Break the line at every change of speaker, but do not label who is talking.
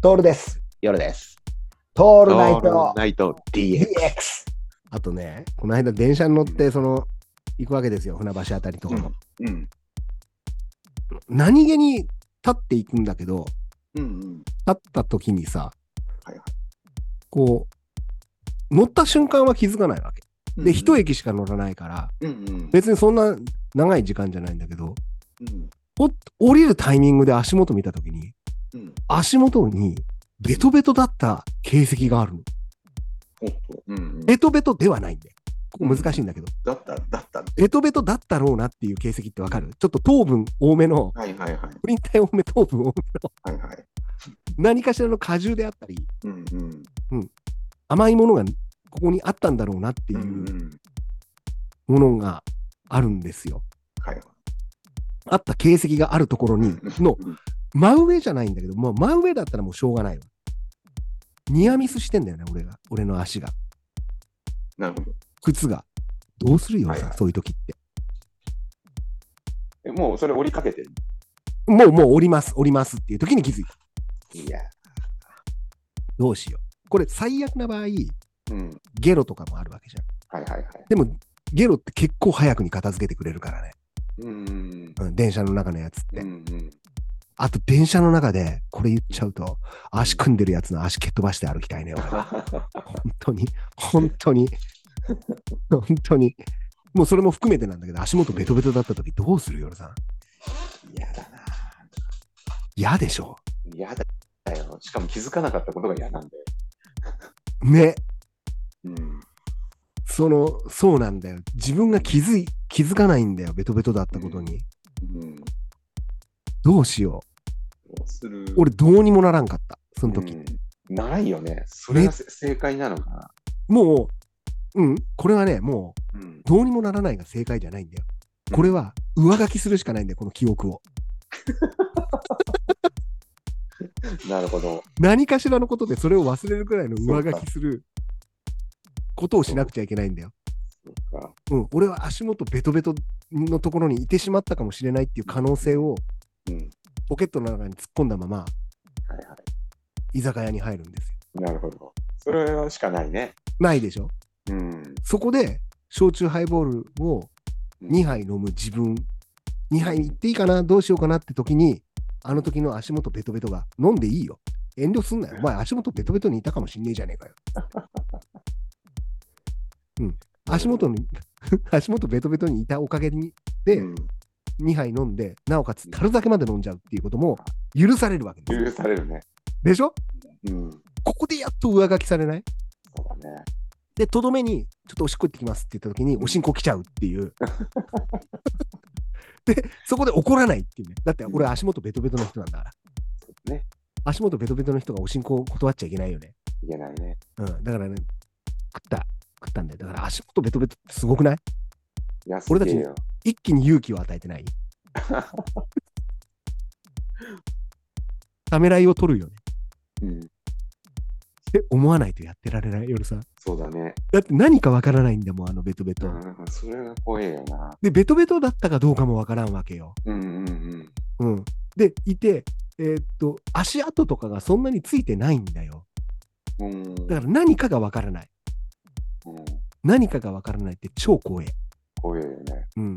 トールです。
夜です。
ト
オ
ールナイト
ナイト DX。
DX。あとね、この間電車に乗って、その、行くわけですよ、船橋あたりとかも。
うん。
何気に立っていくんだけど、
うんうん。
立った時にさ、
はいはい
こう、乗った瞬間は気づかないわけ。で、一、駅しか乗らないから、
うんうん。
別にそんな長い時間じゃないんだけど、
うん
お降りるタイミングで足元見た時に、
うん。
足元にベトベトだった形跡があるの。
ほうほう。うんうん。
ベトベトではないんだよ。ここ難しいんだけど、
だった、だった。
ベトベトだったろうなっていう形跡ってわかるちょっと糖分多めの、
はいはいはい。
プリン体多め、糖分多めの、
はいはい。
何かしらの果汁であったり、
うんうん。
甘いものがここにあったんだろうなってい
うんう。
うんものがあるんですよ。
はいはい。
あった形跡があるところに、の
うん
真上じゃないんだけど、まあ、真上だったらもうしょうがないわ。ニアミスしてんだよね、俺が。俺の足が。
なるほど
靴が。どうするよ、
はいはい
さそういう時って。
え。もうそれ折りかけてる。
もう、もう、降ります、降りますっていう時に気づいた。
いや。
どうしよう。これ、最悪な場合、
うん。
ゲロとかもあるわけじゃん。
はいはいはい。
でも、ゲロって結構早くに片付けてくれるからね。
うんうん。
うん、電車の中のやつっ
う
て。
んうん。
あと、電車の中で、これ言っちゃうと、足組んでるやつの足蹴っ飛ばして歩きたいね、俺は。本当に、本当に、本当に。もうそれも含めてなんだけど、足元ベトベトだった時どうするよ、さん。
嫌だな。
嫌でしょ。
嫌だよ。しかも気づかなかったことが嫌なんだよ。
ね。
うん。
その、そうなんだよ。自分が気づい、気づかないんだよ、ベトベトだったことに。
うん。ど
どうしよ
うする
う。俺、どうにもならんかった、その時。
うん、ないよね。それがせ正解なのかな。
もう、うん、これはね、もう、
うん、
どうにもならないが正解じゃないんだよ。これは上書きするしかないんだよ、この記憶を。
なるほど。
何かしらのことでそれを忘れるくらいの上書きすることをしなくちゃいけないんだよ。
そうか
うん、俺は足元ベトベトのところにいてしまったかもしれないっていう可能性を
うん。はい
ポケットの中に突っ込んだまま
は
居酒屋に入るんですよ。
い。なるほど。それしかないね。
ないでしょ
うん。
そこで焼酎ハイボールを2杯飲む自分、2杯いっていいかな、どうしようかなって時に、あの時の足元ベトベトが、飲んでいいよ。遠慮すんなよ。お前、足元ベトベトにいたかもしんねえじゃねえ かよ。うん。足元に、 足元ベトベトにいたおかげにで、
うん
2杯飲んで、なおかつ、樽酒まで飲んじゃうっていうことも許されるわけです。
許されるね。
でしょ
うん。
ここでやっと上書きされない
そうだね。
で、とどめに、ちょっとおしっこ行ってきますって言った時に、おしんこ来ちゃうっていう。で、そこで怒らないっていうね。だって、俺、足元ベトベトの人なんだから。
ね。
足元ベトベトの人がおしんこを断っちゃいけないよね。
いけないね。
うん。だからね、食った、食ったんだよ。だから、足元ベトベトってすごくない
いや、す
俺た
げ
ち
えよ。
一気に勇気を与えてないためらいを取るよね。
う
っ
ん。
て思わないとやってられない、夜さん。
そうだね。
だって何かわからないんだもん、あのベトベ
う
ト。
ん。それが怖えよな。
で、ベトベトだったかどうかもわからんわけよ。
うんうんうん。
うん、でいて、えーっと足跡とかがそんなについてないんだよ
うん。
だから何かがわからない
うん、
何かがわからないって超怖え、
怖えよね。
うん、